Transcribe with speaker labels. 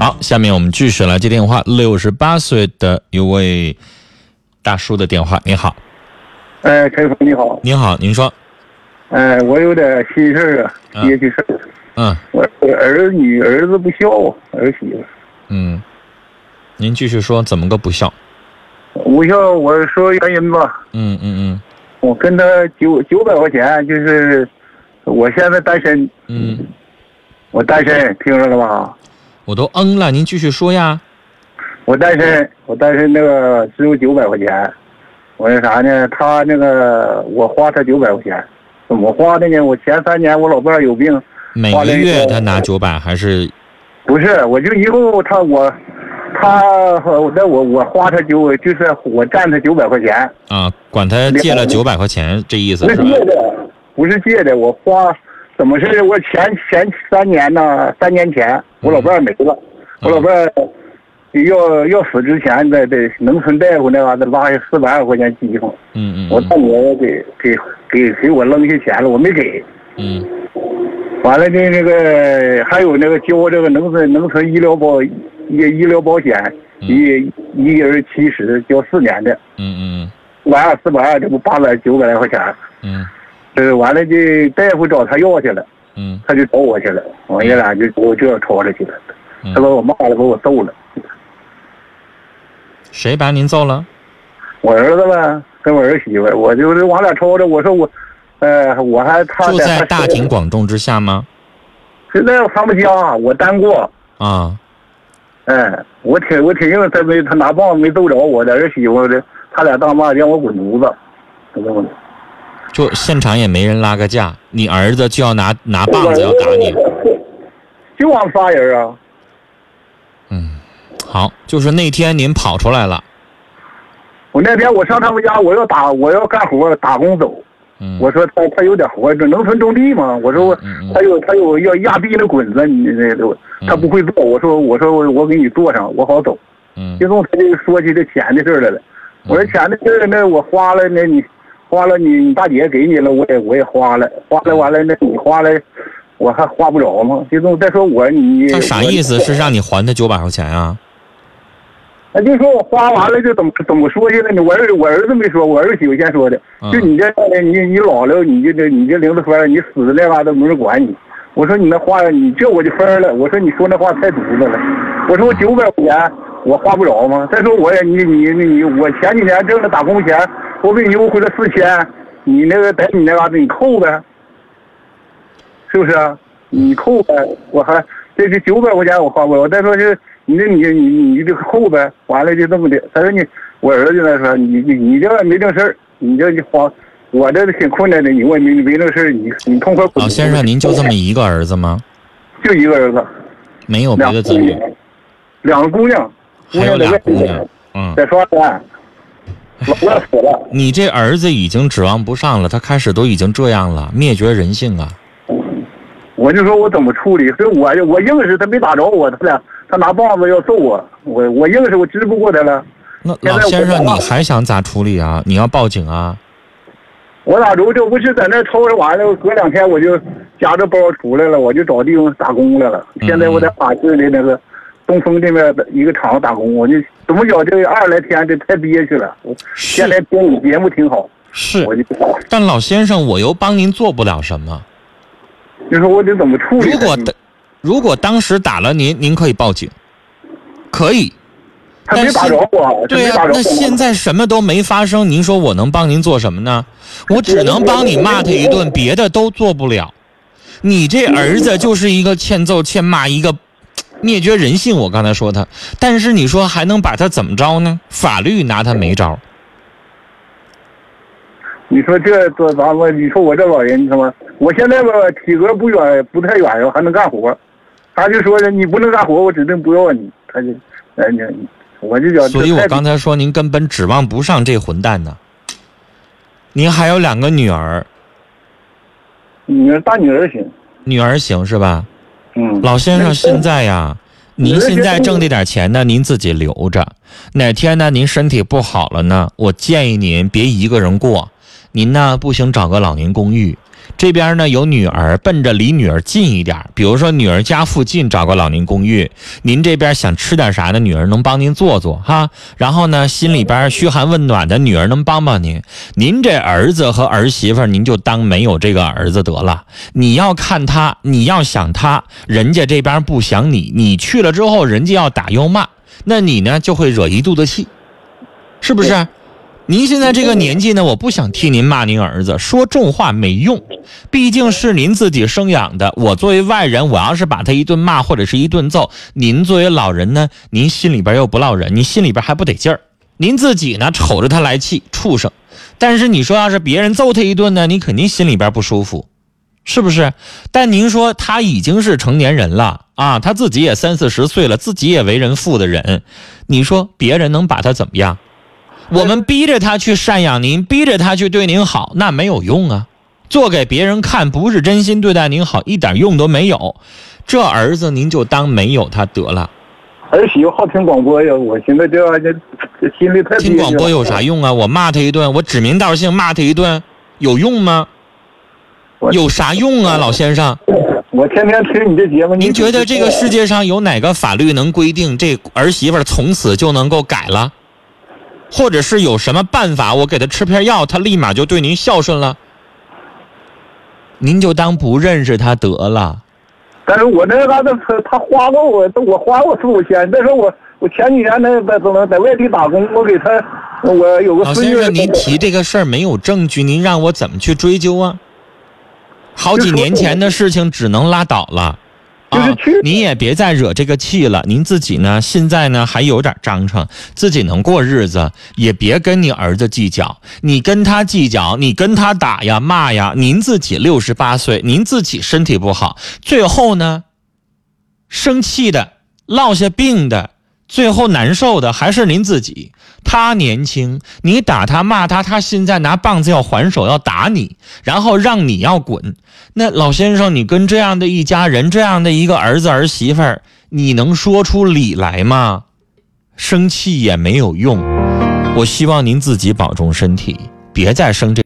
Speaker 1: 好，下面我们继续来接电话，六十八岁的一位大叔的电话。您好，
Speaker 2: 哎，陈峰你好，
Speaker 1: 您好，您说，
Speaker 2: 哎，我有点心事儿啊，
Speaker 1: 嗯
Speaker 2: 憋屈事儿。
Speaker 1: 嗯
Speaker 2: 我我儿女儿子不孝啊，儿媳妇
Speaker 1: 嗯，您继续说怎么个不孝？
Speaker 2: 不孝。我说原因吧，
Speaker 1: 嗯嗯
Speaker 2: 我跟他九九百块钱，就是我现在单身，
Speaker 1: 嗯嗯，
Speaker 2: 我单身，听着了吧？
Speaker 1: 我都嗯了，您继续说呀。
Speaker 2: 我单身，我单身那个只有九百块钱。我那啥呢？他那个我花他九百块钱，怎么花的呢？我前三年我老伴儿有病，
Speaker 1: 每
Speaker 2: 花
Speaker 1: 个
Speaker 2: 了一
Speaker 1: 月
Speaker 2: 个
Speaker 1: 他拿九百还是
Speaker 2: 不是，我就一共他我，他我那我我花他九，就是我占他九百块钱，
Speaker 1: 啊？管他借了九百块钱，这意思
Speaker 2: 不
Speaker 1: 是
Speaker 2: 是
Speaker 1: 吧？
Speaker 2: 借的，不是借的，我花怎么是我前前三年呢？三年前我老伴儿没了，
Speaker 1: 嗯
Speaker 2: 我老伴儿要要死之前得得农村大夫那嘎达拉下四百二十块钱饥荒，
Speaker 1: 嗯
Speaker 2: 我
Speaker 1: 嗯
Speaker 2: 大爷给给给给我扔下钱了，我没给。
Speaker 1: 嗯
Speaker 2: 完了呢，那个还有那个交这个农村农村医疗保医医疗保险，
Speaker 1: 嗯
Speaker 2: 一一人七十，交四年的，
Speaker 1: 嗯嗯
Speaker 2: 四百二四百二，这不八百九百来块钱。
Speaker 1: 嗯
Speaker 2: 呃，完了这大夫找他要去了，
Speaker 1: 嗯
Speaker 2: 他就找我去了，我爷俩就我就要吵吵去了，
Speaker 1: 嗯
Speaker 2: 他把
Speaker 1: 嗯，
Speaker 2: 我骂了，把我揍了，
Speaker 1: 谁把您揍了？
Speaker 2: 我儿子呗跟我儿媳妇，我就是往俩吵吵，我说我，呃，我还他
Speaker 1: 就在大庭
Speaker 2: 庭，
Speaker 1: 广众之下吗？
Speaker 2: 现在他们家我单过。
Speaker 1: 啊，
Speaker 2: 哎，我挺我挺硬，他没他拿棒子没揍着我，在这喜欢的，他俩大骂让我滚犊子，怎么的？
Speaker 1: 就现场也没人拉个架，你儿子就要拿拿棒子要打你。
Speaker 2: 就俺仨人啊，
Speaker 1: 嗯，好，就是那天您跑出来了。
Speaker 2: 我那天我上他们家，我要打我要干活打工走，
Speaker 1: 嗯，
Speaker 2: 我说他他有点活，这农村种地嘛，我说我
Speaker 1: 嗯嗯
Speaker 2: 他有他有要压地那滚子，你那都他不会做，我说我说我我给你做上，我好走。
Speaker 1: 嗯
Speaker 2: 就从他这个说起这钱的事儿来了，我说钱的事儿那我花了那你花了你你大姐给你了，我也我也花了，花了完了那你花了，我还花不着吗？就从再说我你
Speaker 1: 他啥意思？是让你还他九百块钱啊？
Speaker 2: 那就说我花完了就怎么怎么说去了呢？我儿我儿子没说，我儿媳妇先说的。
Speaker 1: 嗯
Speaker 2: 就你这样的，你你老了，你就这你这零头分，你死那嘎达没人管你。我说你那话，你这我就分了。我说你说那话太犊子了。我说我九百块钱我花不着吗？再说我也你你你你我前几年挣的打工钱，我给你邮回来四千，你那个在你那嘎达你扣呗，是不是啊？你扣呗，我还这是九百块钱我花不着。再说是你这你你你这扣呗，完了就这么的。他说你我儿子就在说你你你这没正事儿，你这你花我这挺困难的，你我也没没正事儿，你你痛快滚。
Speaker 1: 老先生，您就这么一个儿子吗？
Speaker 2: 就一个儿子，
Speaker 1: 没有别
Speaker 2: 两
Speaker 1: 的
Speaker 2: 个
Speaker 1: 子女，
Speaker 2: 两个姑娘，姑
Speaker 1: 还有
Speaker 2: 娘在
Speaker 1: 俩
Speaker 2: 外
Speaker 1: 姑
Speaker 2: 地
Speaker 1: 娘。嗯，
Speaker 2: 在刷 碗，老伴死了，
Speaker 1: 你这儿子已经指望不上了，他开始都已经这样了，灭绝人性啊！
Speaker 2: 我就说我怎么处理，所以我我硬是他没打着我，他俩他拿棒子要揍我，我我硬是我支不过他了。
Speaker 1: 那
Speaker 2: 现在
Speaker 1: 老先生，
Speaker 2: 我
Speaker 1: 你
Speaker 2: 爸
Speaker 1: 还想咋处理啊？你要报警啊？
Speaker 2: 我咋着？这不是在那抽着完了，隔两天我就夹着包出来了，我就找地方打工来了。现在我
Speaker 1: 嗯
Speaker 2: 在法制的那个东风这边的一个厂打工，我就怎么讲这个二十来天，这太憋屈了。我现在
Speaker 1: 是
Speaker 2: 听你节目挺好，
Speaker 1: 是
Speaker 2: 我，就
Speaker 1: 但老先生，我又帮您做不了什么。
Speaker 2: 就说我得怎么处理
Speaker 1: 如
Speaker 2: 呢？
Speaker 1: 果的，如果当时打了您，您可以报警，可以。
Speaker 2: 他没打着我，啊他
Speaker 1: 对
Speaker 2: 没
Speaker 1: 呀、
Speaker 2: 打着我。
Speaker 1: 那现在什么都没发生，您说我能帮您做什么呢？我只能帮你骂他一顿，别的都做不了。你这儿子就是一个欠揍、欠骂，一个灭绝人性。我刚才说他，但是你说还能把他怎么着呢？法律拿他没招儿。
Speaker 2: 你说这这咱们，你说我这老人他妈，我现在吧体格不远不太远了，还能干活，他就说的你不能干活，我指定不要你，他就，哎你，我呃就讲，
Speaker 1: 所以
Speaker 2: 这
Speaker 1: 我
Speaker 2: 太
Speaker 1: 刚才说您根本指望不上这混蛋呢。您还有两个女儿，
Speaker 2: 女儿大女儿行，
Speaker 1: 女儿行是吧？
Speaker 2: 嗯，
Speaker 1: 老先生，现在呀，您
Speaker 2: 嗯
Speaker 1: 现在挣这点钱呢，您自己留着。哪天呢，您身体不好了呢，我建议您别一个人过。您呢，不行找个老年公寓，这边呢有女儿，奔着离女儿近一点儿，比如说女儿家附近找个老年公寓，您这边想吃点啥呢？女儿能帮您做做哈。然后呢，心里边嘘寒问暖的，女儿能帮帮您。您这儿子和儿媳妇儿，您就当没有这个儿子得了。你要看他，你要想他，人家这边不想你，你去了之后，人家要打要骂，那你呢就会惹一肚子气，是不是？您现在这个年纪呢，我不想替您骂您儿子，说重话没用，毕竟是您自己生养的。我作为外人，我要是把他一顿骂或者是一顿揍，您作为老人呢，您心里边又不落忍，您心里边还不得劲儿。您自己呢，瞅着他来气，畜生。但是你说要是别人揍他一顿呢，你肯定心里边不舒服，是不是？但您说他已经是成年人了啊，他自己也三四十岁了，自己也为人父的人，你说别人能把他怎么样？我们逼着他去赡养您，逼着他去对您好，那没有用啊！做给别人看，不是真心对待您好，一点用都没有。这儿子您就当没有他得了。
Speaker 2: 呃儿媳妇好听广播呀，我寻思这玩意儿这心里太憋屈
Speaker 1: 听
Speaker 2: 了
Speaker 1: 广播有啥？用啊？我骂他一顿，我指名道姓骂他一顿，有用吗？
Speaker 2: 我
Speaker 1: 有啥用啊，老先生？
Speaker 2: 我天天听你这节目，
Speaker 1: 您
Speaker 2: 你
Speaker 1: 觉得这个世界上有哪个法律能规定这儿媳妇儿从此就能够改了，或者是有什么办法，我给她吃片药，她立马就对您孝顺了？您就当不认识她得了。
Speaker 2: 但是我那嘎达他他花过我，我花过四五千。那时候我我前几年呢，在在在外地打工，我给他我有个
Speaker 1: 老
Speaker 2: 孙
Speaker 1: 先
Speaker 2: 女儿，
Speaker 1: 生，您提这个事儿没有证据，您让我怎么去追究啊？好几年前的事情只能拉倒了，
Speaker 2: 就是
Speaker 1: 啊
Speaker 2: 去，
Speaker 1: 您也别再惹这个气了。您自己呢，现在呢还有点章程，自己能过日子，也别跟你儿子计较。你跟他计较，你跟他打呀骂呀，您自己六十八岁，您自己身体不好，最后呢，生气的、落下病的、最后难受的还是您自己。他年轻，你打他骂他，他现在拿棒子要还手，要打你，然后让你要滚。那老先生，你跟这样的一家人，这样的一个儿子儿媳妇儿，你能说出理来吗？生气也没有用。我希望您自己保重身体，别再生这。